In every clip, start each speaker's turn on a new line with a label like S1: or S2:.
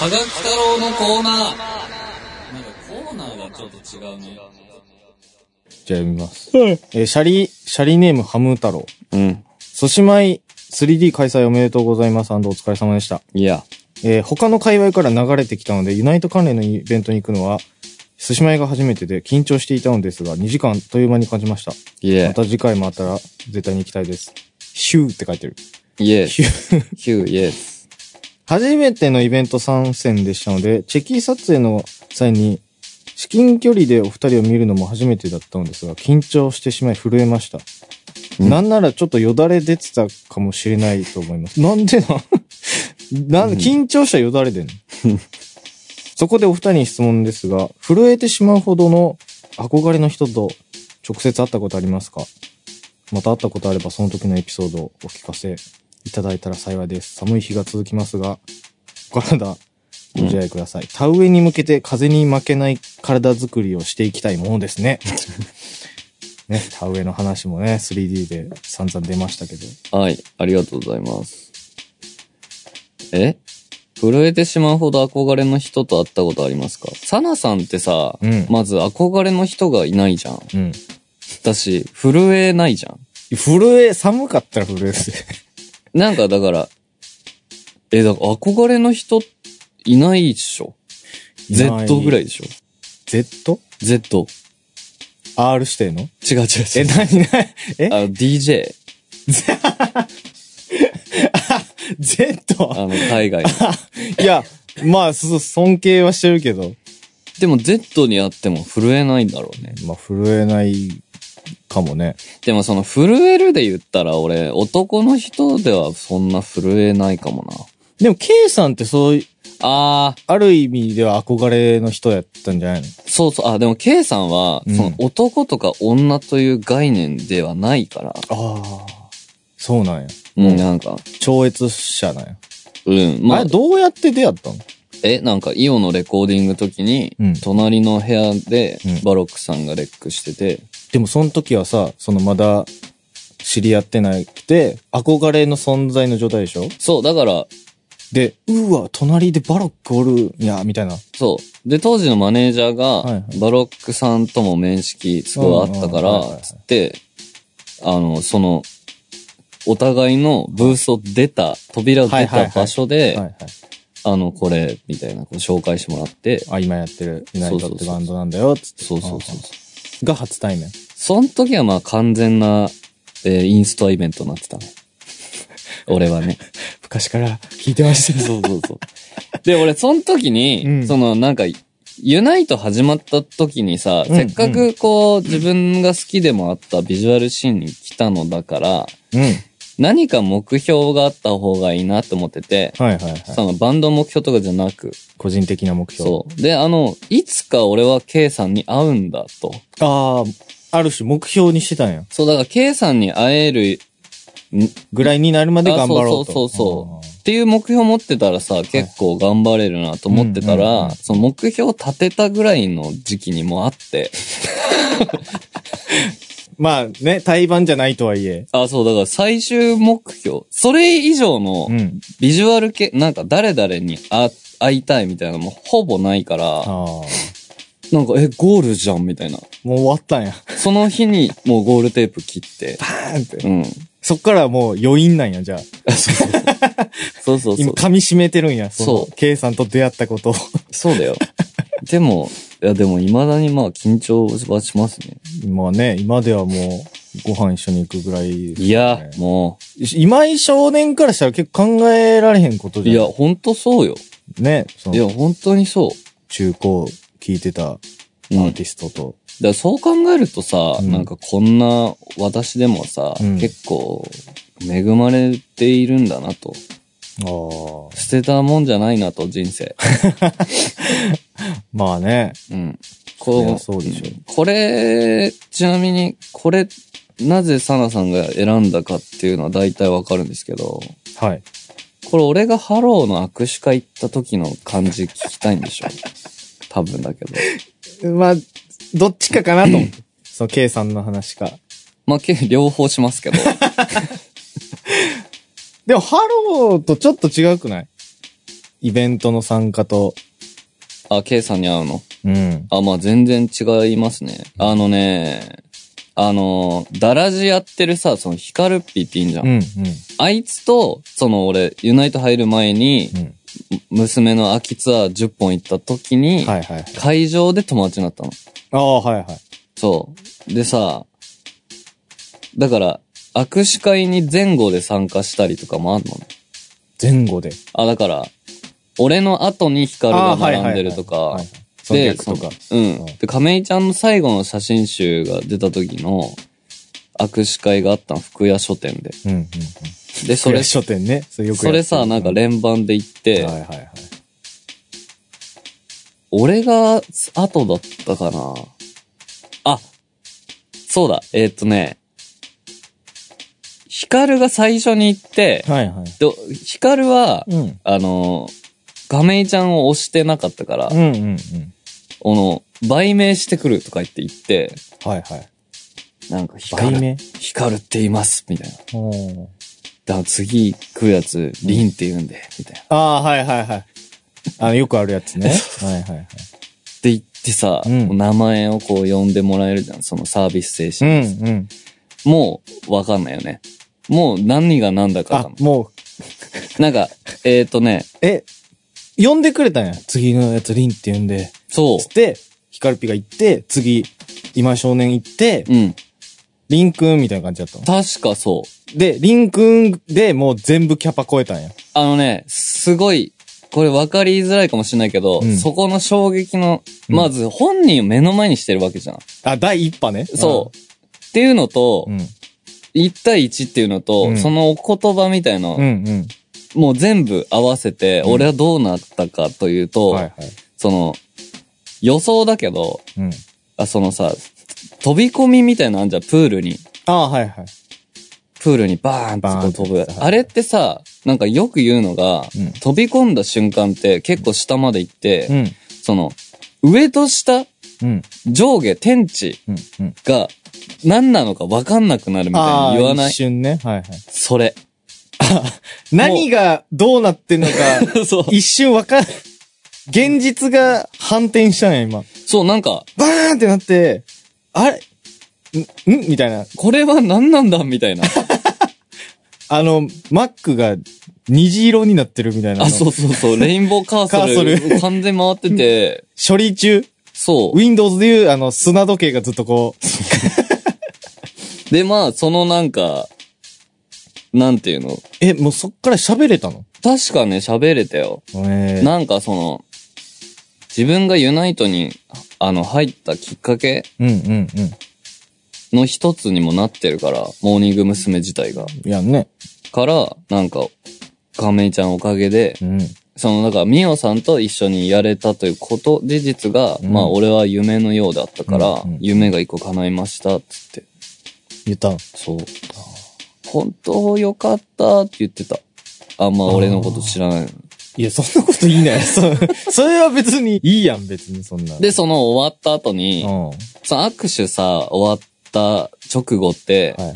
S1: はがき太郎のコーナーなんかコーナーがちょっと違うね。
S2: じゃあ読みます。えーシャリ、シャリネームハム太郎。
S3: うん。
S2: ソシマイ 3D 開催おめでとうございます。お疲れ様でした。
S3: いや。
S2: えー他の界隈から流れてきたので、ユナイト関連のイベントに行くのは、寿司前が初めてで緊張していたのですが、2時間あっという間に感じました。
S3: いえ
S2: ま。た次回もあったら、絶対に行きたいです。ヒューって書いてる。
S3: イエ
S2: ヒ
S3: ス。
S2: ュー。
S3: ヒュー、イエス。
S2: 初めてのイベント参戦でしたので、チェキ撮影の際に、至近距離でお二人を見るのも初めてだったのですが、緊張してしまい震えました。
S3: うん
S2: なんならちょっとよだれ出てたかもしれないと思います。なんで ななんで、緊張したらよだれ出んの そこでお二人に質問ですが、震えてしまうほどの憧れの人と直接会ったことありますかまた会ったことあればその時のエピソードをお聞かせいただいたら幸いです。寒い日が続きますが、お体、ご自愛ください。田植えに向けて風に負けない体づくりをしていきたいものですね。 ね、田植えの話もね、3D で散々出ましたけど。
S3: はい。ありがとうございます。え震えてしまうほど憧れの人と会ったことありますかサナさんってさ、
S2: うん
S3: まず憧れの人がいないじゃん。
S2: うん。
S3: だし、震えないじゃん。
S2: 震え、寒かったら震えです ね。
S3: なんかだから、え、だから憧れの人いないっしょ。Z ぐらい
S2: い。
S3: でしょ。
S2: Z?
S3: Z。
S2: R 指定の
S3: 違う違う
S2: え、
S3: 違う。
S2: なになにえ
S3: あの、DJ。あ
S2: ?Z?
S3: の、海外の。
S2: いや、まあ、そ、尊敬はしてるけど。
S3: でも Z にあっても震えないんだろうね。
S2: まあ、震えないかもね。
S3: でもその震えるで言ったら俺、男の人ではそんな震えないかもな。
S2: でも、K さんってそういう、
S3: あー、
S2: ある意味では憧れの人やったんじゃないの
S3: そうそう、あ、でも K さんは、
S2: うん
S3: その男とか女という概念ではないから、
S2: ああ。そうなんや。
S3: うん、なんか、
S2: 超越者なんや。
S3: うん、ま
S2: あ
S3: あ
S2: れ、、どうやって出会ったの
S3: え、なんかイオのレコーディング時に、
S2: うん
S3: 隣の部屋で
S2: うん
S3: バロックさんがレックしてて、
S2: でも、その時はさ、そのまだ、知り合ってなくて、憧れの存在の状態でしょ
S3: そう、だから、
S2: で、うわ、隣でバロックおるんや、みたいな。
S3: そう。で、当時のマネージャー
S2: はいは
S3: が、
S2: い
S3: バロックさんとも面識すごいあった
S2: う
S3: か
S2: んうんはいはいは
S3: ら、
S2: い
S3: つって、あの、その、お互いのブースを出た、扉を
S2: は
S3: 出
S2: いはい
S3: た
S2: はい
S3: 場所
S2: はいは
S3: で、
S2: い。
S3: あの、これ、みたいな、こう紹介してもらって、
S2: あ、今やってる、ユナイト
S3: そう
S2: っ
S3: そう
S2: て
S3: そう
S2: バンドなんだよ、つって。
S3: そうそうそう。
S2: が初対面。
S3: その時はまあ完全な、えーインストアイベントにな ってたね。俺はね。
S2: 昔から聞いてました。
S3: そうそうそう。で、俺、その時に、
S2: うん
S3: その、なんか、ユナイト始まった時にさ、
S2: うん
S3: せっかくこう、自分が好きでもあったビジュアルシーンに来たのだから、
S2: うん。はい
S3: 何か目標があった方がいいなって思ってて、
S2: はいはい。
S3: そのバンド目標とかじゃなく、
S2: 個人的な目標。
S3: そう。で、あの、いつか俺は K さんに会うんだと。
S2: ああ、ある種目標にしてたんや。
S3: そう、だから K さんに会える
S2: ぐらいになるまで頑張ろうと。
S3: あそうそうそうっていう目標持ってたらさ、結構頑張れるなと思ってたら、
S2: うんうんうん
S3: その目標を立てたぐらいの時期にもあって、
S2: うんまあね、対バンじゃないとはいえ。
S3: あ、そう、だから最終目標、それ以上の
S2: うん。
S3: ビジュアル系、なんか誰々にあ会いたいみたいなのもほぼないから、
S2: ああ。
S3: なんか、え、ゴールじゃんみたいな。
S2: もう終わったんや。
S3: その日にもうゴールテープ切って、
S2: パーンって。
S3: うん。
S2: そっからもう余韻なんや、じゃあ。
S3: あそうそうそう。そうそうそ
S2: 今
S3: う。
S2: 噛み締めてるんや。の
S3: そう
S2: K さんと出会ったことを。
S3: そうだよ。でも、いやでも未だにまあ緊張はしますね。
S2: 今はね、今ではもう、ご飯一緒に行くぐらい、
S3: いや、もう、
S2: 今井少年からしたら結構考えられへんことじゃ
S3: い
S2: ん。
S3: や、ほんとそうよ。
S2: ね、そ
S3: いや、
S2: の、
S3: 本当にそ
S2: 中高聞いてたア
S3: う。うん。だ
S2: ー
S3: か
S2: ティストと。
S3: らそう考えるとさ、
S2: うん
S3: なんかこんな私でもさ、
S2: うん
S3: 結構恵まれているんだなと。
S2: ああ。
S3: 捨てたもんじゃないなと、人 生。
S2: まあね。
S3: うん。
S2: そり
S3: こ
S2: ゃそうでしょ
S3: んこれ、ちなみに、これ、なぜサナさんが選んだかっていうのは大体わかるんですけど、
S2: はい。
S3: これ俺がハローの握手会行った時の感じ聞きたいんでしょ多分だけ ど。
S2: まあ、どっちかかなと思って。その K さんの話か。
S3: まあ、け両方しますけど。
S2: でも、ハローとちょっと違うくないイベントの参加と、
S3: あ、K さんに会うの
S2: うん。
S3: あ、まあ、全然違いますね。あのね、あの、ダラジやってるさ、そのヒカルッピーっていいんじゃん。
S2: うん、うん、
S3: あいつと、その俺、ユナイト入る前に、
S2: うん。
S3: 娘の秋ツアー10本行った時に、
S2: はいはい。
S3: 会場で友達になったの。
S2: ああ、はいはい。
S3: そう。でさ、だから、握手会に前後で参加したりとかもあるのね。
S2: 前後で。
S3: あ、だから、俺の後にヒカル
S2: あ
S3: が
S2: あはいはい
S3: 並
S2: は
S3: ん
S2: い
S3: でると
S2: は
S3: か
S2: いはい、その逆とか。
S3: そのうん。で、亀井ちゃんの最後の写真集が出た時の握手会があったの、福屋書店で。
S2: うん、うん。
S3: で、そ
S2: そ
S3: れ
S2: れ、書店ね。それよくや
S3: そ
S2: ってる
S3: れさ、なんか連番で行って、
S2: はいはいはい。
S3: 俺が後だったかな。あ、そうだ、えーっとね、ヒカルが最初に行って、
S2: はいはい。
S3: でヒカルは、
S2: うん。
S3: あの、亀井ちゃんを押してなかったから、
S2: うんうんうん。
S3: この、売名してくるとか言って言って、
S2: はいはい。
S3: なんか、ヒカ
S2: 題
S3: ル、
S2: 名
S3: ヒカルって言います、みたいな。だか
S2: おー
S3: ら次来るやつ、リンって言うんで、みたいな。っ
S2: ああ、はいはいはい。あの、よくあるや つね。はいはいはい。
S3: て言ってさ、
S2: うん
S3: 名前をこう呼んでもらえるじゃん、そのサービス精
S2: う
S3: 神。
S2: んうん。
S3: もう、わかんないよね。もう何が何だかわか
S2: あ
S3: ん、
S2: もう、
S3: ない。なんか、えっ、ー、とね、
S2: え、呼んでくれたんや。次のやつ、リンって言うんで。
S3: そ
S2: つって、ヒカルピが行って、次、今少年行って
S3: う。、うん。
S2: リンくんみたいな感じだったの。
S3: 確かそう。
S2: で、リンくんでもう全部キャパ超えたんや。
S3: あのね、すごい、これ分かりづらいかもしれないけど、
S2: うん
S3: そこの衝撃の、
S2: うん
S3: まず本人を目の前にしてるわけじゃん。
S2: あ、第一波ね。
S3: そう。っていうのと、
S2: うん。うん。
S3: 1対1っていうのと、
S2: うん
S3: そのお言葉みたいな、
S2: うんうん。
S3: もう全部合わせて、
S2: うん
S3: 俺はどうなったかというと、
S2: はいはい。
S3: その、予想だけど、
S2: うん。
S3: あそのさ、飛び込みみたいなのあんじゃん、プールに。
S2: あーはいはい。
S3: プールにバーンってこう飛ぶ
S2: バーンって。はい
S3: あれってさ、なんかよく言うのが、
S2: うん
S3: 飛び込んだ瞬間って結構下まで行って、
S2: うん。
S3: その、上と下、
S2: うん。
S3: 上下、天地
S2: うん。うん。
S3: が何なのか分かんなくなるみたい
S2: ああ
S3: に言わな
S2: 一
S3: い。
S2: 瞬ね。はいはい。
S3: それ。
S2: 何がどうなってんのか、
S3: そう。
S2: 一瞬わかん、現実が反転したんや、今。
S3: そう、なんか、
S2: バーンってなって、あれんんみたいな。
S3: これは何なんだみたいな。
S2: あの、マックが虹色になってるみたいな。。
S3: あ、そううそ うそう、レインボーカーソル。
S2: カーソル
S3: 完全回ってて、
S2: 処理中、
S3: そう。
S2: Windows でいう、あの、砂時計がずっとこう、
S3: で、まあ、そのなんか、なんていうの。
S2: え、もうそっから喋れたの
S3: 確かね、喋れたよ。
S2: えー、
S3: なんかその、自分がユナイトに、あの、入ったきっかけ
S2: うんうんうん。
S3: の一つにもなってるから、モーニング娘。自体が。
S2: いやんね。
S3: から、なんか、亀井ちゃんおかげで
S2: う、ん。
S3: その、だから、ミオさんと一緒にやれたということ、事実が、
S2: うん
S3: まあ、俺は夢のようだったから、
S2: うんうん
S3: 夢が一個叶いました、つって。
S2: 言ったの。
S3: そう。本当よかった、って言ってた。あんま俺のこと知らない。
S2: いや、そんなこといいんだよ。 そそれは別に、いいやん、別にそんな。
S3: で、その終わった後に、
S2: うん。は
S3: その握手さ、終わった直後って、
S2: いはい。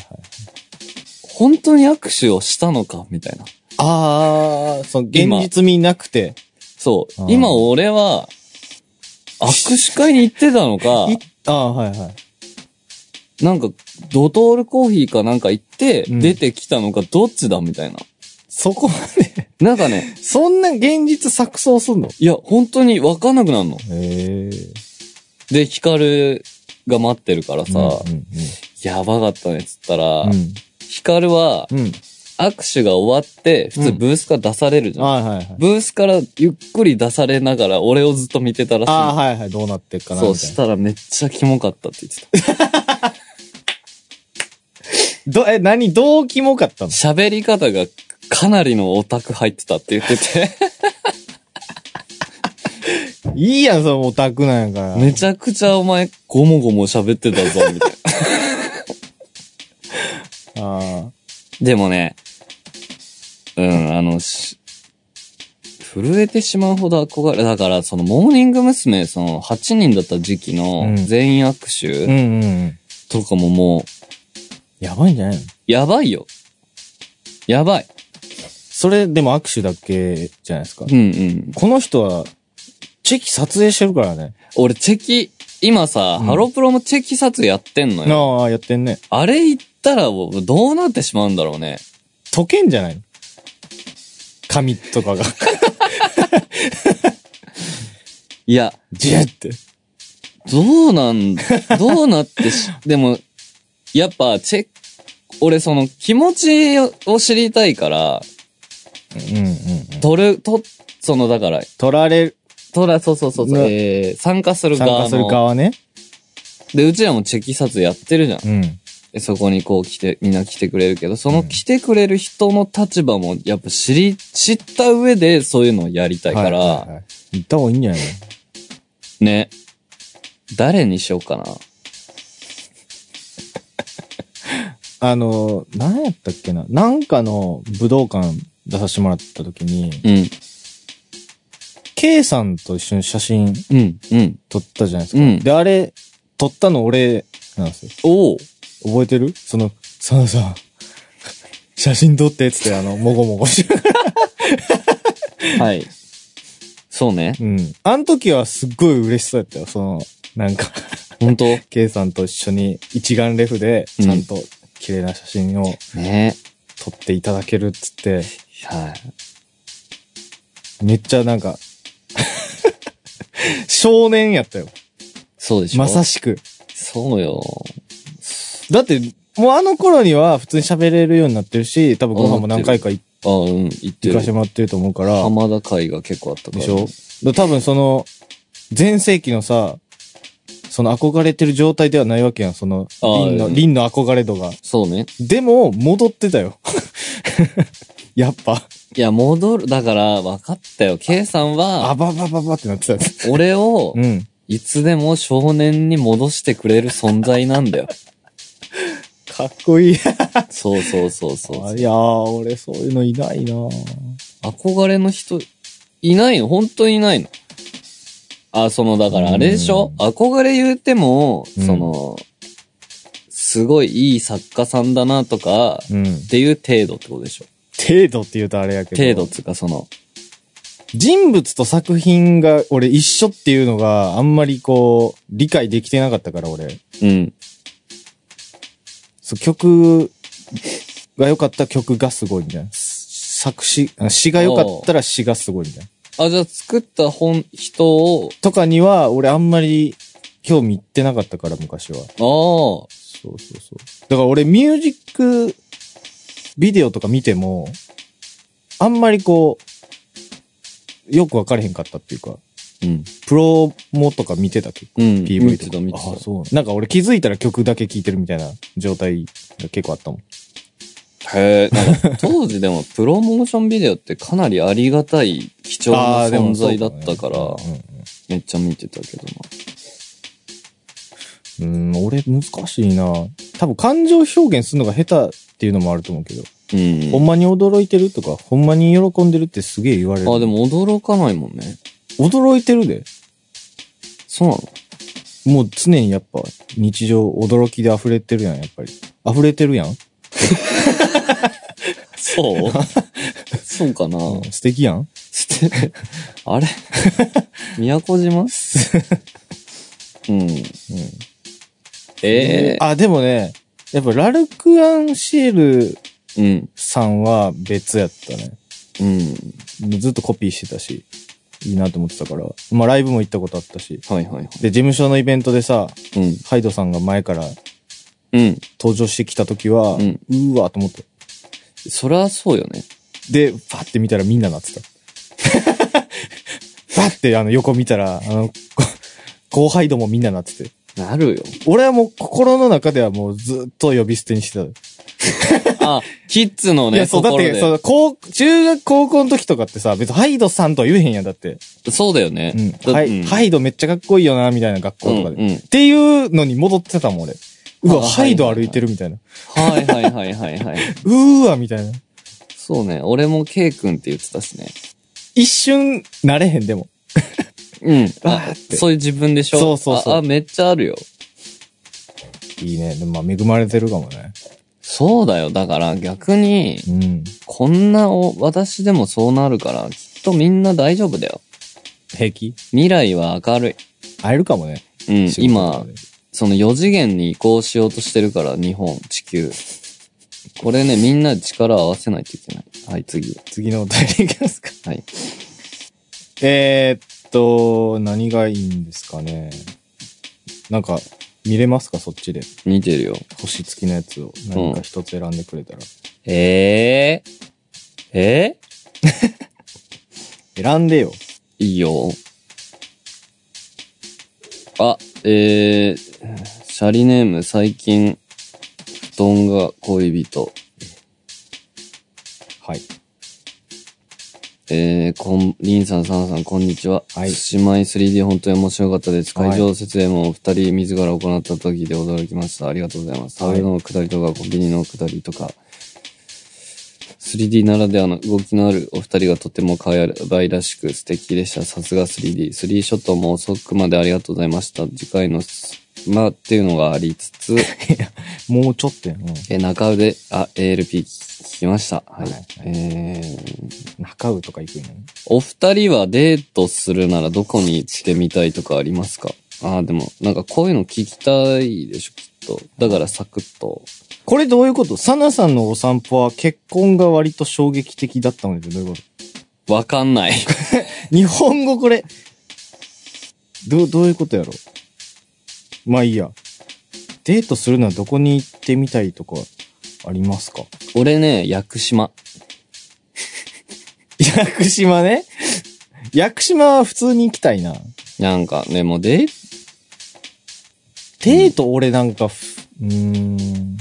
S3: 本当に握手をしたのかみたいな。
S2: あー、その、現実味なくて。
S3: そう
S2: あ。ー
S3: 今俺は、握手会に行ってたのか、
S2: いあー、はいはい。
S3: なんか、ドトールコーヒーかなんか行って、
S2: うん
S3: 出てきたのか、どっちだみたいな。
S2: そこまで、
S3: なんかね、
S2: そんな現実錯綜すんの
S3: いや、本当にわかんなくなるの。
S2: へえ。
S3: で、ヒカルが待ってるからさ、
S2: うん
S3: やばかったね、つったら、
S2: うん。
S3: ヒカルは
S2: うん。うん。
S3: 握手が終わって、普通
S2: うん
S3: ブースから出されるじゃん。
S2: はいはいはい。
S3: ブースからゆっくり出されながら、俺をずっと見てたらしいの
S2: ああ、はいはい。どうなってっかなみたいう
S3: そ
S2: な。
S3: したらめっちゃキモかったって言ってた。
S2: ど、え、何どうキモかったの
S3: 喋り方がかなりのオタク入ってたって言って て、
S2: いいやん、そのオタクなんやから。
S3: めちゃくちゃお前ゴモゴモ喋ってたぞ、みたいな。
S2: あ
S3: でもね、うん、あの、し震えてしまうほど憧れ、だからそのモーニング娘。その8人だった時期
S2: う
S3: の
S2: ん
S3: 全員
S2: あ。
S3: 握
S2: うん
S3: 手
S2: うんうん。
S3: とかももう、
S2: やばいんじゃないの
S3: やばいよ。やばい。
S2: それでも握手だけじゃないですか。
S3: うんうん。
S2: この人は、チェキ撮影してるからね。
S3: 俺、チェキ、今さ、
S2: うん
S3: ハロプロもチェキ撮影やってんのよ。
S2: ああ、やってんね。
S3: あれ行ったら、もうどうなってしまうんだろうね。
S2: 溶けんじゃないの紙とか が。
S3: いや、
S2: ジュって。
S3: ど うなん、どうなってし、でも、やっぱ、チェ、俺その気持ちを知りたいから、
S2: うんうんうん。
S3: 撮る、と、そのだから、
S2: 取られる、
S3: 撮ら、そうそうそうそう、
S2: ね
S3: えー参加する
S2: 参
S3: 側
S2: 加
S3: の。
S2: する側ね。
S3: で、うちらもチェキ撮影やってるじゃん。
S2: うん。
S3: でそこにこう来て、みんな来てくれるけど、そうの
S2: ん
S3: 来てくれる人の立場もやっぱ知り、知った上でそういうのをやりたいから、
S2: はいはいはい行った方がいいんじゃない
S3: ね。誰にしようかな。
S2: のあの、何やったっけな。なんかの武道館出させてもらった時に、
S3: うん、
S2: K さんと一緒に写真
S3: うん、うん。
S2: 撮ったじゃないですか。
S3: うん
S2: で、あれ、撮ったの俺なんですよ。
S3: おう
S2: 覚えてるその、サナさん、写真撮ってっつって、あの、もごもご して。
S3: はい。そうね。
S2: うん。あの時はすっごい嬉しそうやったよ。その、なんか、
S3: 本当
S2: K さんと一緒に一眼レフで、ちゃんと綺麗な写真を
S3: ね。
S2: 撮っていただけるっつって、
S3: はい。
S2: めっちゃなんか、 少年やったよ。
S3: そうでしょ。
S2: まさしく。
S3: そうよ。
S2: だって、もうあの頃には普通に喋れるようになってるし、多分ご飯も何回か行
S3: あうん、言って
S2: 行
S3: る
S2: かせ。てもらってると思うから、
S3: 浜田会が結構あったか
S2: で
S3: ら。
S2: しょだ多分その、前世紀のさ、その憧れてる状態ではないわけやん、その、
S3: あー
S2: 凛の、
S3: うん
S2: 凛の憧れ度が。
S3: そうね。
S2: でも、戻ってたよ。 やっぱ、
S3: いや、戻る。だから、分かったよ。K さん
S2: あ
S3: は、
S2: ばばばばってなってたよ。
S3: 俺を
S2: う、ん。
S3: いつでも少年に戻してくれる存在な んだよ。
S2: かっこいい。
S3: そうそうそうそう
S2: あいやー、俺そういうのいないなぁ
S3: 憧れの人、いないの本当にいないのあ、その、だからあれでしょ憧れ言うても、
S2: うん
S3: その、すごいいい作家さんだなとか、
S2: うん
S3: っ。ていう程度ってことでしょ
S2: 程度って言うとあれやけど。
S3: 程度っ。つうか、その、
S2: 人物と作品が俺一緒っていうのがあんまりこう、理解できてなかったから俺。
S3: うん。
S2: そう曲が良かったら曲がすごいみたいな。作詞、あ詞が良かったら詞がすごいみたいな。
S3: あ、じゃあ作った本、人を、
S2: とかには俺あんまり興味いってなかったから昔は。
S3: ああ、
S2: そうそうそう。だから俺ミュージックビデオとか見ても、あんまりこう、よくわかれへんかったっていうか、
S3: うん。
S2: プロモとか見てたけど、
S3: うん。
S2: PV と
S3: 見て
S2: か。
S3: た、見てた
S2: あそうなんなんか俺気づいたら曲だけ聴いてるみたいな状態が結構あったもん。
S3: へえ、なんか当時でもプロモーションビデオってかなりありがたい貴重な存在だったから、めっちゃ見てたけどな。
S2: うん、うん俺難しいな多分感情表現するのが下手っていうのもあると思うけど、
S3: うん。
S2: ほんまに驚いてるとか、ほんまに喜んでるってすげえ言われる。
S3: あ、でも驚かないもんね。
S2: 驚いてるで。
S3: そうなの
S2: もう常にやっぱ日常驚きで溢れてるやん、やっぱり。溢れてるやん。
S3: そう そうかな、
S2: うん素敵やん。
S3: してあれ宮古島うん。ええ
S2: あ、でもね、やっぱラルクアンシール
S3: うん。
S2: さんは別やったね。
S3: うん。
S2: ずっとコピーしてたし、いいなと思ってたから。まあライブも行ったことあったし。
S3: はいはいはい。
S2: で、事務所のイベントでさ、
S3: うん。
S2: ハイドさんが前から
S3: うん。
S2: 登場してきた時は、う
S3: うん
S2: ーわーと思って。
S3: そりゃそうよね。
S2: で、パって見たらみんななってた。 パってあの横見たら、あの、 こ後輩どもみんななってて。
S3: なる よ。
S2: 俺はもう心の中ではもうずっと呼び捨てにしてた。
S3: あ、キッズの
S2: いや、
S3: ね、
S2: そう、だっ
S3: 心
S2: て、
S3: で。
S2: そう、高、中学高校の時とかってさ、別にハイドさんとは言えへんやん、だって。
S3: そうだよね。
S2: う
S3: だ
S2: ん。は
S3: う
S2: い、
S3: ん
S2: ハイドめっちゃかっこいいよな、みたいな学校とかで。
S3: うんうん
S2: っていうのに戻ってたもん、俺。うわ、
S3: あ
S2: ハイド
S3: はいは
S2: 歩
S3: いはい
S2: いてるみたいな。
S3: はいはいはいはい はい。
S2: うーわ、みたいな。
S3: そうね。俺も K 君って言ってたしね。
S2: 一瞬、なれへん、でも。
S3: うん。
S2: わー
S3: あ
S2: って
S3: そういう自分でしょ
S2: そうそうそう
S3: ああ、めっちゃあるよ。
S2: いいね。でも、まあ、恵まれてるかもね。
S3: そうだよ。だから逆に、
S2: うん。
S3: こんなお、私でもそうなるから、きっとみんな大丈夫だよ。
S2: 平気
S3: 未来は明るい。
S2: 会えるかもね。
S3: うん、
S2: 仕事とか
S3: 今
S2: で、
S3: その4次元に移行しようとしてるから、日本、地球。これね、みんなで力を合わせないといけない。はい、次。
S2: 次のお題に行きますか。
S3: はい。
S2: えー、っと、何がいいんですかね。なんか、見れますかそっちで。
S3: 見てるよ。
S2: 星付きのやつを何か一つ選んでくれたら。
S3: えー、え
S2: 選んでよ。
S3: ー、いいよ。あ、えー、シャリネーム最近、布団が恋人。
S2: はい。
S3: えー、こん、りんさん、さなさん、こんにちは。
S2: はい
S3: 獅子舞 3D 本当に面白かったです。
S2: はい
S3: 会場設営もお二人自ら行った時で驚きました。ありがとうございます。
S2: は
S3: 食
S2: い
S3: べの下りとか、コンビニの下りとか、3D ならではの動きのあるお二人がとても可愛らしく素敵でした。さすが 3D。3ショットも遅くまでありがとうございました。次回のす、まあ、っていうのがありつつ、
S2: もうちょっとやな。
S3: えー中腕、あ、ALP 聞きました。はい。
S2: はい
S3: えー、
S2: 中尾とか行くんやね。
S3: お二人はデートするならどこに行ってみたいとかありますかああ、でも、なんかこういうの聞きたいでしょ、きっと。だからサクッと。
S2: これどういうことサナさんのお散歩は結婚が割と衝撃的だったのでどういうこと
S3: わかんない。
S2: 日本語これ、どう、どういうことやろまあいいや。デートするのはどこに行ってみたいとかありますか
S3: 俺ね、屋久島。
S2: 屋久島ね。屋久島は普通に行きたいな。
S3: なんかね、もうデー
S2: デート俺なんかふ、うーん。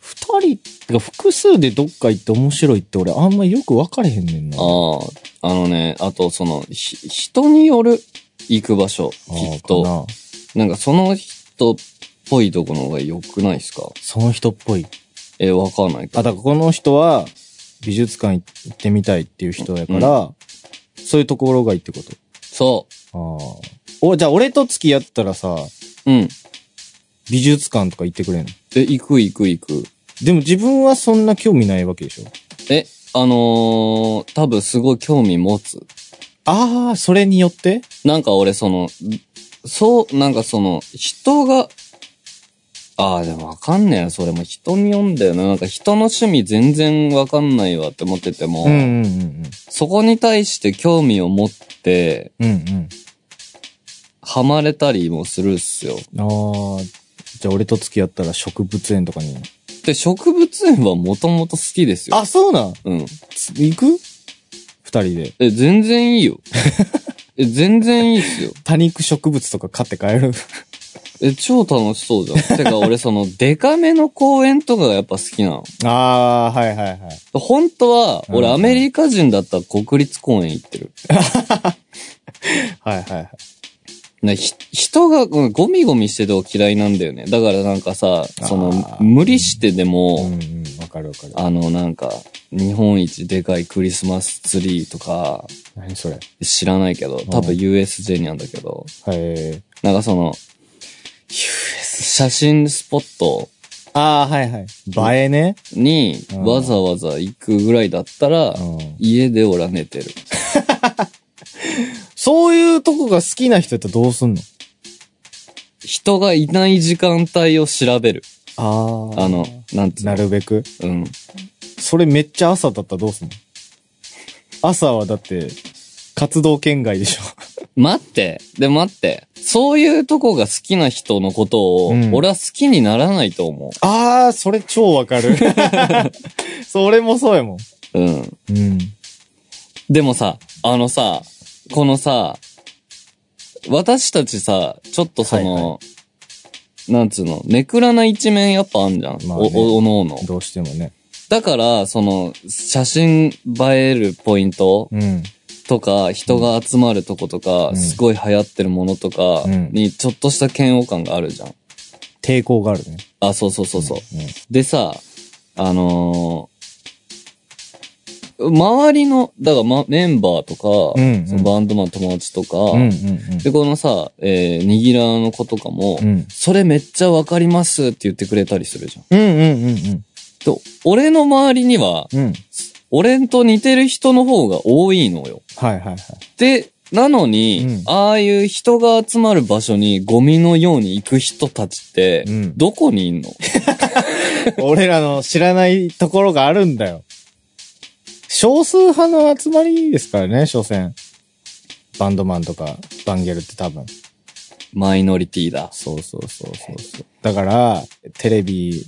S2: 二人が複数でどっか行って面白いって俺あんまよく分かれへんねんな。
S3: ト、ああ、あのね、あとその、ひ人による行く場所、
S2: あ
S3: きっ
S2: ーか
S3: と。
S2: な
S3: なんかその人っぽいとこの方が良くないですか
S2: その人っぽい。
S3: え、わかんない
S2: あ、だからこの人は美術館行ってみたいっていう人やから、そういうところがいいってこと。
S3: そ
S2: ああ。お、じゃあ俺と付き合ったらさ、
S3: う。うん。
S2: 美術館とか行ってくれんの
S3: え、行く行く行く。
S2: でも自分はそんな興味ないわけでしょ
S3: え、あのー、多分すごい興味持つ。
S2: ああ、それによって
S3: なんか俺その、そう、なんかその、人が、ああ、でもわかんねえな、それも人に読んだよな。なんか人の趣味全然わかんないわって思ってても、
S2: うんうんうん
S3: そこに対して興味を持って、
S2: うん。うん
S3: ハマれたりもするっすよ。
S2: うん。ああ、じゃあ俺と付き合ったら植物園とかに。
S3: で、植物園はもともと好きですよ。
S2: あ、そうなん
S3: うん。
S2: つ行く二人で。
S3: え、全然いい よ。え、全然いいっすよ。
S2: 多肉植物とか買って帰る。
S3: え、超楽しそうじゃん。てか俺その、デカめの公園とかがやっぱ好きなの。
S2: ああ、はいはいはい。
S3: 本当は、俺
S2: うん
S3: アメリカ人だったら国立公園行ってる。
S2: はいはいはい。
S3: ね、ひ人がうんゴミゴミしてても嫌いなんだよね。だからなんかさ、
S2: ー
S3: その、無理してで
S2: うん
S3: も、
S2: うん、わかるわかる。
S3: あのなんか、日本一でかいクリスマスツリーとか、
S2: 何それ。
S3: 知らないけど、多
S2: う
S3: 分
S2: ん
S3: USJ にあるんだけど、
S2: はい。
S3: なんかその、写真スポット
S2: ああ、はいはい。映えね。
S3: に
S2: うん
S3: わざわざ行くぐらいだったら、
S2: うん。
S3: 家で俺は寝てる。
S2: そういうとこが好きな人やったらどうすんの
S3: 人がいない時間帯を調べる。
S2: あ
S3: あの、なんつうの
S2: なるべく。
S3: うん。
S2: それめっちゃ朝だったらどうすんの朝はだって、活動圏外でしょ。
S3: 待って、で待って、そういうとこが好きな人のことを、
S2: うん
S3: 俺は好きにならないと思
S2: ああ、それ超わかる。 それもそうやも
S3: う。うん。
S2: ん。うん。
S3: でもさ、あのさ、このさ、私たちさ、ちょっとその、
S2: はい
S3: なんつうの、ネクラな一面やっぱあんじゃん。
S2: まあ
S3: お
S2: ね
S3: お、おのおの。
S2: どうしてもね。
S3: だから、その、写真映えるポイント
S2: うん。
S3: とか、人が集まるとことか、
S2: うん
S3: すごい流行ってるものとか
S2: うん
S3: に、ちょっとした嫌悪感があるじゃん。
S2: 抵抗があるね。
S3: あ、そうそうそうそう。
S2: うん。
S3: でさ、あのー周りの、だから、ま、メンバーとか、
S2: うんうん
S3: そのバンドマンの友達とか、
S2: うんうん
S3: で、このさ、えー、にぎらーの子とかも、
S2: うん。うん。
S3: それめっちゃわかりますって言ってくれたりするじゃ
S2: う
S3: ん。
S2: んうんうんうん。
S3: と俺の周りには、
S2: うん。
S3: 俺と似てる人の方が多いのよ。
S2: はいはいはい。
S3: で、なのに、
S2: う
S3: ああいう人が集まる場所にゴミのように行く人たちって、
S2: うん
S3: どこにいんの
S2: 俺らの知らないところがあるんだよ。少数派の集まりですからね、所詮。バンドマンとか、バンゲルって多分。
S3: マイノリティだ。
S2: そうそうそうそうそう。だから、テレビ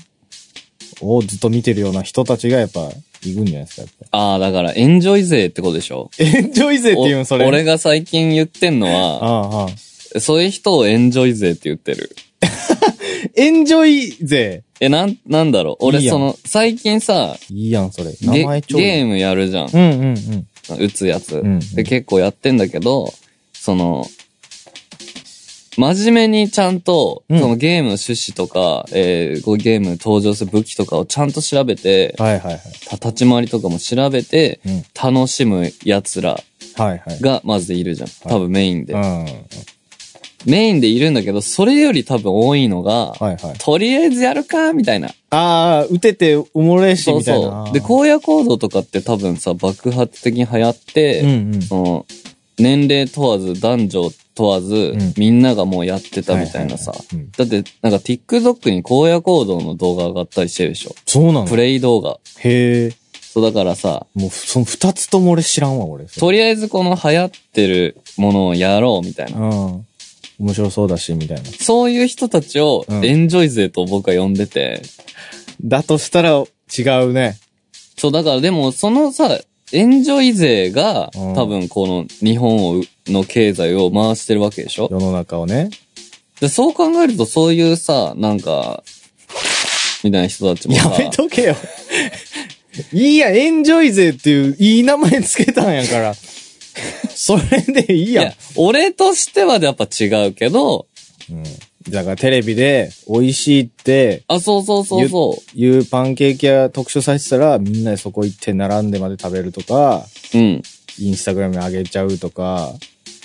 S2: をずっと見てるような人たちがやっぱ、いるんじゃないですか、やっぱ
S3: ああ、だからエンジョイ勢ってことでしょ
S2: エンジョイ勢って言うん、それ。
S3: お俺が最近言ってんのは、
S2: ああああ
S3: そういう人をエンジョイ勢って言ってる。
S2: エンジョイ勢。
S3: え、なん、なんだろう。俺
S2: いいやん
S3: その、最近さ、
S2: いいやん、それ。
S3: ゲ
S2: 名前ちょう
S3: ゲームやるじゃん。
S2: うんうんうん。
S3: 打つやつ、
S2: ん
S3: で、結構やってんだけど、その、真面目にちゃんと、
S2: うん
S3: そのゲームの趣旨とか、えーこうゲームに登場する武器とかをちゃんと調べて、
S2: はいはいはい。
S3: た立ち回りとかも調べて、
S2: うん。
S3: 楽しむ奴ら
S2: はいはい。
S3: がまずいるじゃん。多分メインで、
S2: うん。はい
S3: メインでいるんだけど、それより多分多いのが、
S2: はい。
S3: とりあえずやるか、みたいな。
S2: ああ、打てておもれえし、
S3: そう
S2: みたいな。
S3: そう。で、荒野行動とかって多分さ、爆発的に流行って、
S2: うんうん。
S3: その、年齢問わず、男女問わず、
S2: ん
S3: みんながもうやってたみたいなさ。
S2: はははうん
S3: だって、なんか TikTok に荒野行動の動画上がったりしてるでしょ。
S2: そうなの
S3: プレイ動画。
S2: へえ。
S3: そうだからさ、
S2: もう、その二つとも俺知らんわ、俺。
S3: とりあえずこの流行ってるものをやろうみたいな。
S2: うん。面白そうだし、みたいな。
S3: そういう人たちを
S2: うん
S3: エンジョイ勢と僕は呼んでて。
S2: だとしたら、違うね。
S3: そう、だからでもそのさ、エンジョイ勢が
S2: うん
S3: 多分この日本をの経済を回してるわけでしょ
S2: 世の中をね。
S3: で、そう考えると、そういうさ、なんか、みたいな人たちも
S2: や
S3: さ、
S2: めとけよ。 いいや、エンジョイ勢っていう、いい名前つけたんやから。 それでいい
S3: い
S2: やん
S3: や、俺としてはやっぱ違うけど、
S2: うん。だからテレビで、美味しいって、
S3: あ、そうそうそうそ
S2: いうパンケーキ屋特集されてたら、みんなでそこ行って並んでまで食べるとか、
S3: う。うん。
S2: インスタグラムに上げちゃうとか、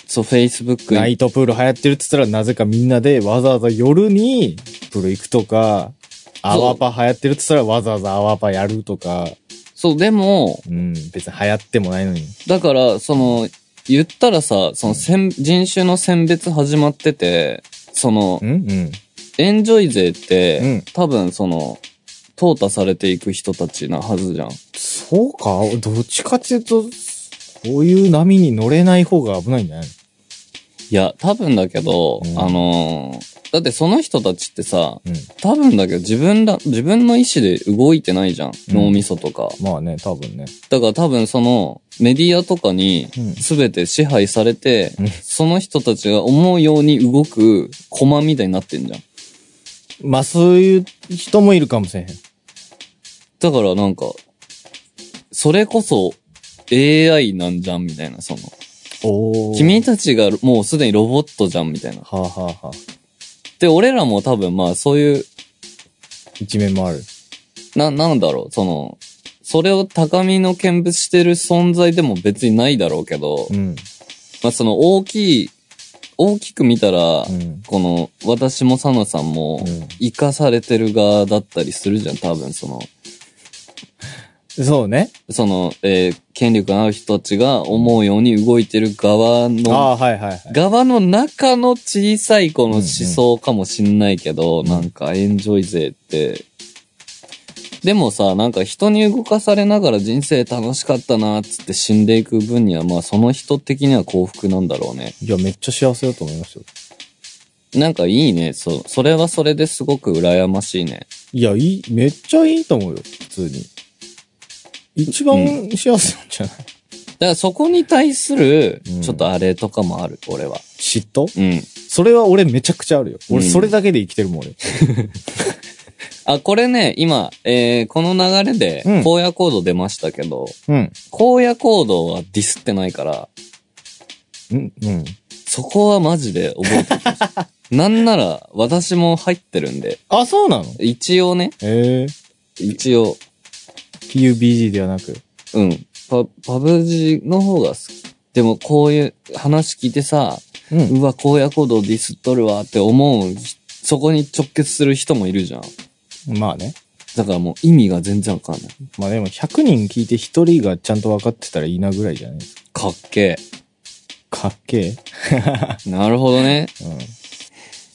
S3: そう、Facebook
S2: ナ
S3: に。
S2: イトプール流行ってるって言ったら、なぜかみんなでわざわざ夜にプール行くとか、アワパ流行ってるって言ったらわざわざアワパやるとか、
S3: そう、でも、
S2: うん、別に流行ってもないのに。
S3: だから、その、言ったらさ、その、選人種の選別始まってて、その
S2: う、んうん。
S3: エンジョイ勢って、
S2: うん
S3: 多分その、淘汰されていく人たちなはずじゃん。
S2: そうかどっちかっていうと、こういう波に乗れない方が危ないんじゃない
S3: いや、多分だけど、
S2: うん
S3: あのーだってその人たちってさ、
S2: の
S3: 多分だけど自分ら、自分の意思で動いてないじゃん。
S2: ん
S3: 脳みそとか。
S2: うん。まあね、多分ね。
S3: だから多分そのメディアとかに
S2: うん
S3: 全て支配されて、
S2: うん
S3: その人たちが思うように動く駒みたいになってんじゃん。
S2: まあそういう人もいるかもしれへん。
S3: だからなんか、それこそ AI なんじゃんみたいな、その。
S2: おー
S3: 君たちがもうすでにロボットじゃんみたいな。
S2: はあ、はあはあ、
S3: で、俺らも多分まあそういう、
S2: 一面もある。
S3: な、なんだろう、その、それを高みの見物してる存在でも別にないだろうけど、
S2: うん。
S3: まあ、その大きい、大きく見たら、
S2: うん。
S3: この、私もサナさんも
S2: うん、
S3: 生かされてる側だったりするじゃん、多分、その、
S2: そうね。
S3: その、えー権力のある人たちが思うように動いてる側の、
S2: ああー、はいはいはい。
S3: 側の中の小さいこの
S2: うんうん
S3: 思想かもしんないけど、
S2: ん
S3: なんかエンジョイ勢って、でもさ、なんか人に動かされながら人生楽しかったな、つって死んでいく分には、まあその人的には幸福なんだろうね。
S2: いや、めっちゃ幸せだと思いますよ。
S3: なんかいいね。そう。それはそれですごく羨ましいね。
S2: いや、いい、めっちゃいいと思うよ、普通に。一番幸せなんじゃない、
S3: だからそこに対する
S2: うん、
S3: ちょっとあれとかもある、俺は。
S2: 嫉妬
S3: うん。
S2: それは俺めちゃくちゃあるよ。俺
S3: うん
S2: それだけで生きてるもん、俺。
S3: あ、これね、今、えー、この流れで、
S2: うん
S3: 荒野行動出ましたけど、
S2: うん。
S3: 荒野行動はディスってないから、
S2: うん、うん。
S3: そこはマジで覚えてほしい。なんなら、私も入ってるんで、
S2: あ、そうなの
S3: 一応ね、
S2: ええ
S3: 一応、
S2: PUBG ではなく。
S3: うん。パ、パブジの方が好き。でも、こういう話聞いてさ、
S2: うん。
S3: うわ、荒野行動ディスっとるわって思う、そこに直結する人もいるじゃん。
S2: まあね。
S3: だからもう意味が全然わかんない。
S2: まあでも100人聞いて1人がちゃんと分かってたらいいなぐらいじゃないです
S3: かっけ
S2: か。かっけえ。
S3: え。なるほどね。
S2: うん。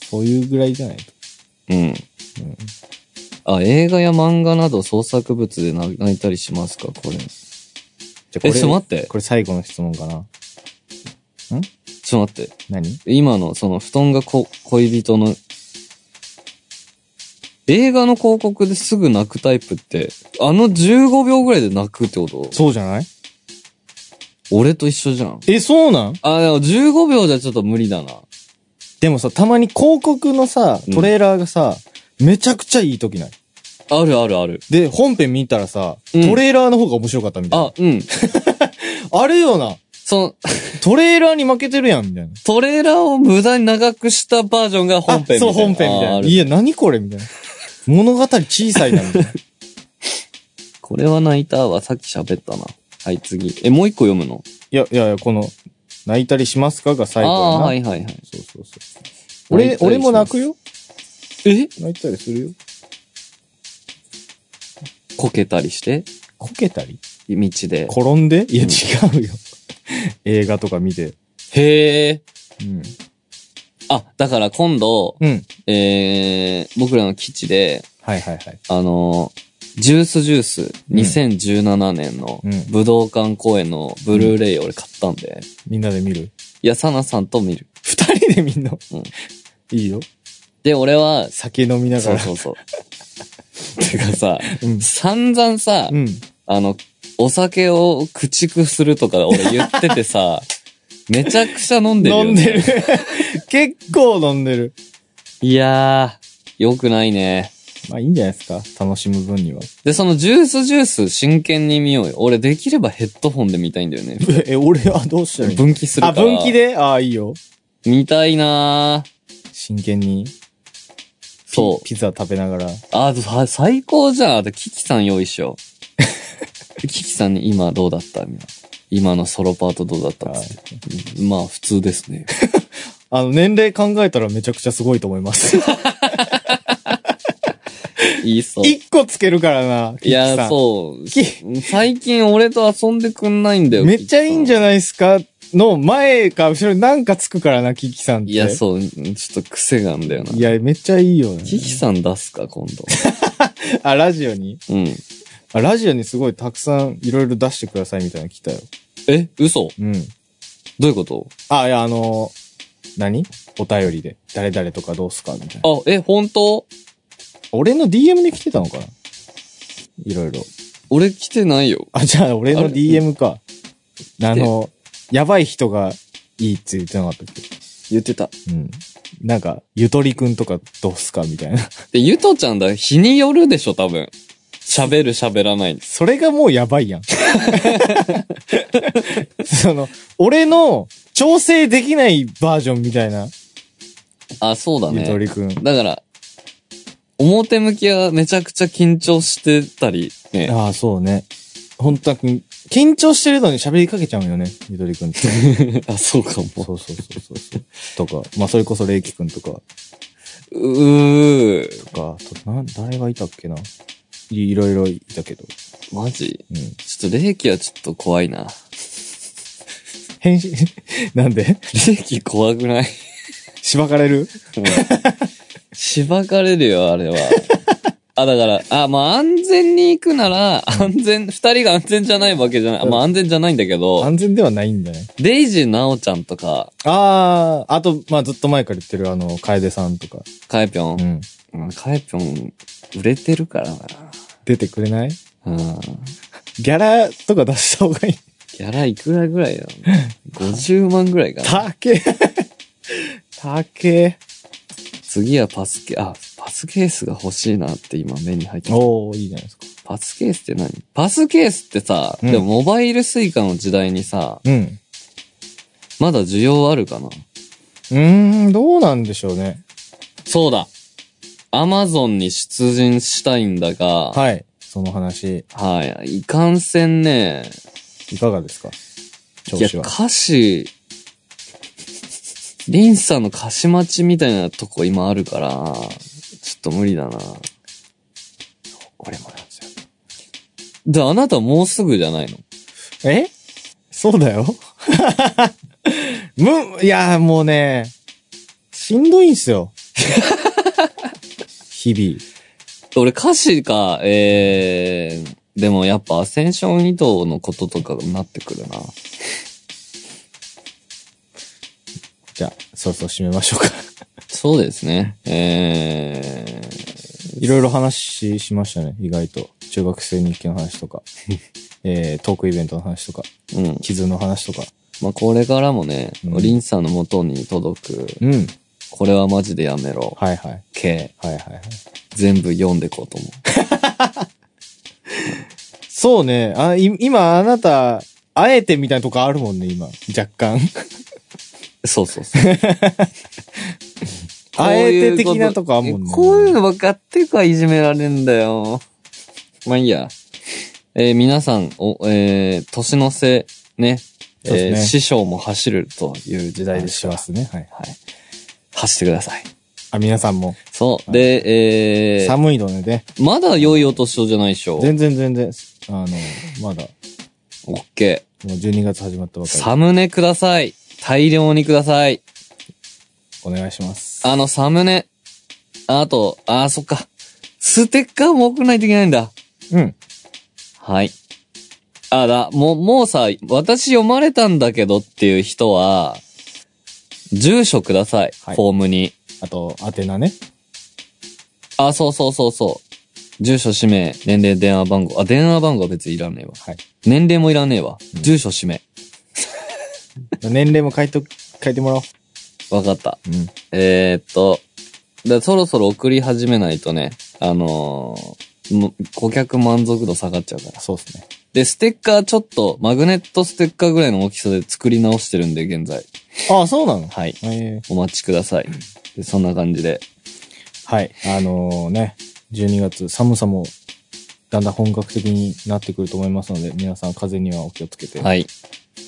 S2: そういうぐらいじゃないと。
S3: うん。あ、映画や漫画など創作物で泣いたりしますかこれ。
S2: じゃあこ
S3: え、
S2: れ、
S3: ちょっと待って。
S2: これ最後の質問かな。
S3: ちょっと待って。
S2: 何
S3: 今の、その、布団がこ恋人の、映画の広告ですぐ泣くタイプって、あの15秒ぐらいで泣くってこと
S2: そうじゃない
S3: 俺と一緒じゃん。
S2: え、そうなん
S3: あ、でも15秒じゃちょっと無理だな。
S2: でもさ、たまに広告のさ、トレーラーがさ、めちゃくちゃいい時ない。
S3: あるあるある。
S2: で、本編見たらさ、
S3: うん
S2: トレーラーの方が面白かったみたいな。
S3: あ、うん。
S2: あ、あれよな。
S3: その、
S2: トレーラーに負けてるやん、みたいな。
S3: トレーラーを無駄に長くしたバージョンが本編みたいな。
S2: あそう、本編みた
S3: あ
S2: い
S3: あ
S2: な。
S3: る
S2: いや、何これみたいな。物語小さいな、み たいな。
S3: これは泣いたわ。さっき喋ったな。はい、次。え、もう一個読むの
S2: いや、いやいや、この、泣いたりしますかが最後
S3: あ
S2: や
S3: あー、
S2: な。
S3: はいはいはい。
S2: そうそうそう。俺、俺も泣くよ
S3: え
S2: 泣いたりするよ。
S3: こけたりして
S2: こけたり
S3: 道で。
S2: 転んでいや、
S3: うん
S2: 違うよ。 映画とか見て。
S3: へえ。
S2: うん。
S3: あ、だから今度、
S2: うん。
S3: えー、僕らの基地で、
S2: はいはいはい。
S3: あのー、ジュースジュース2017年の
S2: うん
S3: 武道館公演のブルーレイ俺買ったんで、い
S2: みんなで見る
S3: や、サナさんと見る。
S2: 二人で見んの、
S3: うん
S2: いいよ。
S3: で、俺は、
S2: 酒飲みなが
S3: そう
S2: ら。
S3: そ うそう。てかさ、
S2: うん
S3: 散々さ、
S2: うん。
S3: あの、お酒を駆逐するとか俺言って てさ、めちゃくちゃ飲んでるよ、ね。
S2: 飲んでる。 結構飲んでる。
S3: いやー、よくないね。
S2: まあいいんじゃないですか。楽しむ分には。
S3: で、そのジュースジュース真剣に見ようよ。俺できればヘッドホンで見たいんだよね。
S2: え、俺はどうしたらいいの
S3: 分岐する
S2: あ、
S3: から。
S2: 分岐でああ、いいよ。
S3: 見たいなー
S2: 真剣に。ピ
S3: そう。
S2: ピザ食べながら。
S3: あ、さ最高じゃん。あと、キキさん用意しよう。キ キさんに今どうだった今今のソロパートどうだったっつってうんまあ、普通です ね。
S2: あの、年齢考えたらめちゃくちゃすごいと思います。
S3: いいそう。い
S2: 一個つけるからな、キッチさ
S3: や、
S2: ん
S3: そう。
S2: キ
S3: 最近俺と遊んでくんないんだよ。
S2: めっちゃいいんじ
S3: ゃ
S2: ゃないですかの前か後ろになんかつくからな、キキさんって。
S3: いや、そう。ちょっと癖があんだよな。
S2: いや、めっちゃいいよね。
S3: キキさん出すか、今 度。
S2: あ、ラジオに
S3: うん。
S2: あ、ラジオにすごいたくさんいろいろ出してくださいみたいなの来たよ。
S3: え、嘘
S2: うん。
S3: どういうこと
S2: あ、いや、あの何お便りで。誰々とかどうすかみたいな。
S3: あ、え、本当
S2: 俺の DM で来てたのかないろいろ。
S3: 俺来てないよ。
S2: あ、じゃあ俺
S3: あ
S2: の
S3: れ
S2: DM か。あの、やばい人がいいって言ってなかったっけ
S3: 言ってた。
S2: うん。なんか、ゆとりくんとかどうすかみたいな。
S3: で、ゆとちゃんだ、日によるでしょ、多分。喋る喋らない。
S2: それがもうやば いやん。その、俺の調整できないバージョンみたいな、
S3: あ、そうだ
S2: ゆと
S3: ね。
S2: りくん。
S3: だから、表向きはめちゃくちゃ緊張してたり、ね。
S2: ああ、そうね。本当は、緊張してるのに喋りかけちゃうよね、ゆとりくんって。
S3: あ、そうか
S2: そう
S3: も。
S2: そうそうそうそう。とか、まあ、それこそれいきくんとか、
S3: う
S2: と
S3: ー、
S2: か、となん誰がいたっけないいろいろいたけど。
S3: マジ
S2: うん。
S3: ちょっと、霊気はちょっと怖いな。
S2: 変身、 なんで
S3: 霊気怖くない
S2: しばかれる
S3: しばかれるよ、あれは。あ、だから、あ、まあ、安全に行くなら、安全、二人が安全じゃないわけじゃない。あまあ、安全じゃないんだけど、
S2: 安全ではないんだね。
S3: デイジーなおちゃんとか、
S2: ああ、あと、まあ、ずっと前から言ってる、あの、楓さんとか。
S3: カエピョ
S2: う
S3: ン。
S2: ん。
S3: うんカエピョン、売れてるからな。
S2: 出てくれない
S3: うん。
S2: ギャラとか出した方がいい。
S3: ギャラいくらぐらいだろう ?50 万ぐらいかな。
S2: たけ。たけ。
S3: 次はパスケ、あ、パスケースが欲しいなって今目に入ってる。
S2: おー、いいじゃないですか。
S3: パスケースって何パスケースってさ、
S2: うん
S3: でもモバイルスイカの時代にさ、
S2: うん。
S3: まだ需要あるかな
S2: うーん、どうなんでしょうね。
S3: そうだアマゾンに出陣したいんだが、は
S2: はい。その話、
S3: い。いかんせんね、
S2: いかがですか調
S3: いや、
S2: 子は。
S3: 歌詞、リンさんの歌詞待ちみたいなとこ今あるから、ちょっと無理だな。
S2: これもなんですよ。
S3: じゃああなたもうすぐじゃないの
S2: えそうだよ。 む、いやーもうね、しんどいんす よ。日々。
S3: 俺歌詞か、えー、でもやっぱアセンション移動のこととかになってくるな。
S2: じゃあ、そろそろ締めましょうか。
S3: そうですね。えー、
S2: いろいろ話しましたね、意外と。中学生日記の話と か、えー、トークイベントの話とか、
S3: うん。
S2: 傷の話とか。
S3: まあ、これからもね、
S2: うん
S3: リンさんの元に届く、
S2: うん。
S3: これはマジでやめろ、
S2: はいはい。
S3: 系、
S2: はいはいはい。
S3: 全部読んでこうと思う。
S2: そうね。あ、い今、あなた、あえてみたいなとこあるもんね、今。若干。
S3: そうそうそう。
S2: あえて的なとこあるもんね。
S3: こういうの分かってかいじめられんだよ。まあいいや。えー皆さん、お、えー年の瀬、ね。
S2: そうです
S3: えー
S2: ね
S3: 師匠も走るという時代で
S2: し
S3: すか
S2: ま
S3: ら。
S2: すね。はい。
S3: はい。走ってください。
S2: あ、皆さんも、
S3: そう。
S2: はい
S3: で、えー、
S2: 寒いのでね、
S3: まだ良いお年をじゃないでしょ。
S2: 全然全然、あの、まだ、
S3: オッケ
S2: もう12月始まったば
S3: ー。
S2: かりで
S3: サムネください。大量にください。
S2: お願いします。
S3: あの、サムネ。あと、あー、そっか。ステッカーも送らないといけないんだ。
S2: うん。
S3: はい。あら、もう、もうさ、私読まれたんだけどっていう人は、住所ください。
S2: はい
S3: フォームに。
S2: あと、宛名ね。
S3: あ、そうそうそうそう。住所、氏名、年齢、電話番号。あ、電話番号は別にいらねえわ。
S2: はい。
S3: 年齢もいらねえわ。
S2: うん
S3: 住所、氏名。
S2: 年齢も書いと、書いてもらおう。
S3: わかった。
S2: うん。
S3: えー、っと、だそろそろ送り始めないとね、あのーも顧客満足度下がっちゃうから。
S2: そうですね。
S3: で、ステッカーちょっと、マグネットステッカーぐらいの大きさで作り直してるんで、現在。
S2: あ、そうなのは
S3: はい。
S2: い。
S3: お待ちください。でそんな感じで。
S2: はい。あのね、12月、寒さも、だんだん本格的になってくると思いますので、皆さん風邪にはお気をつけて。い。
S3: はい。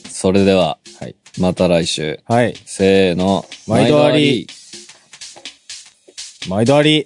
S3: それでは、
S2: はい。
S3: また来週。
S2: はい。
S3: せーの。
S2: 毎度あり毎度あり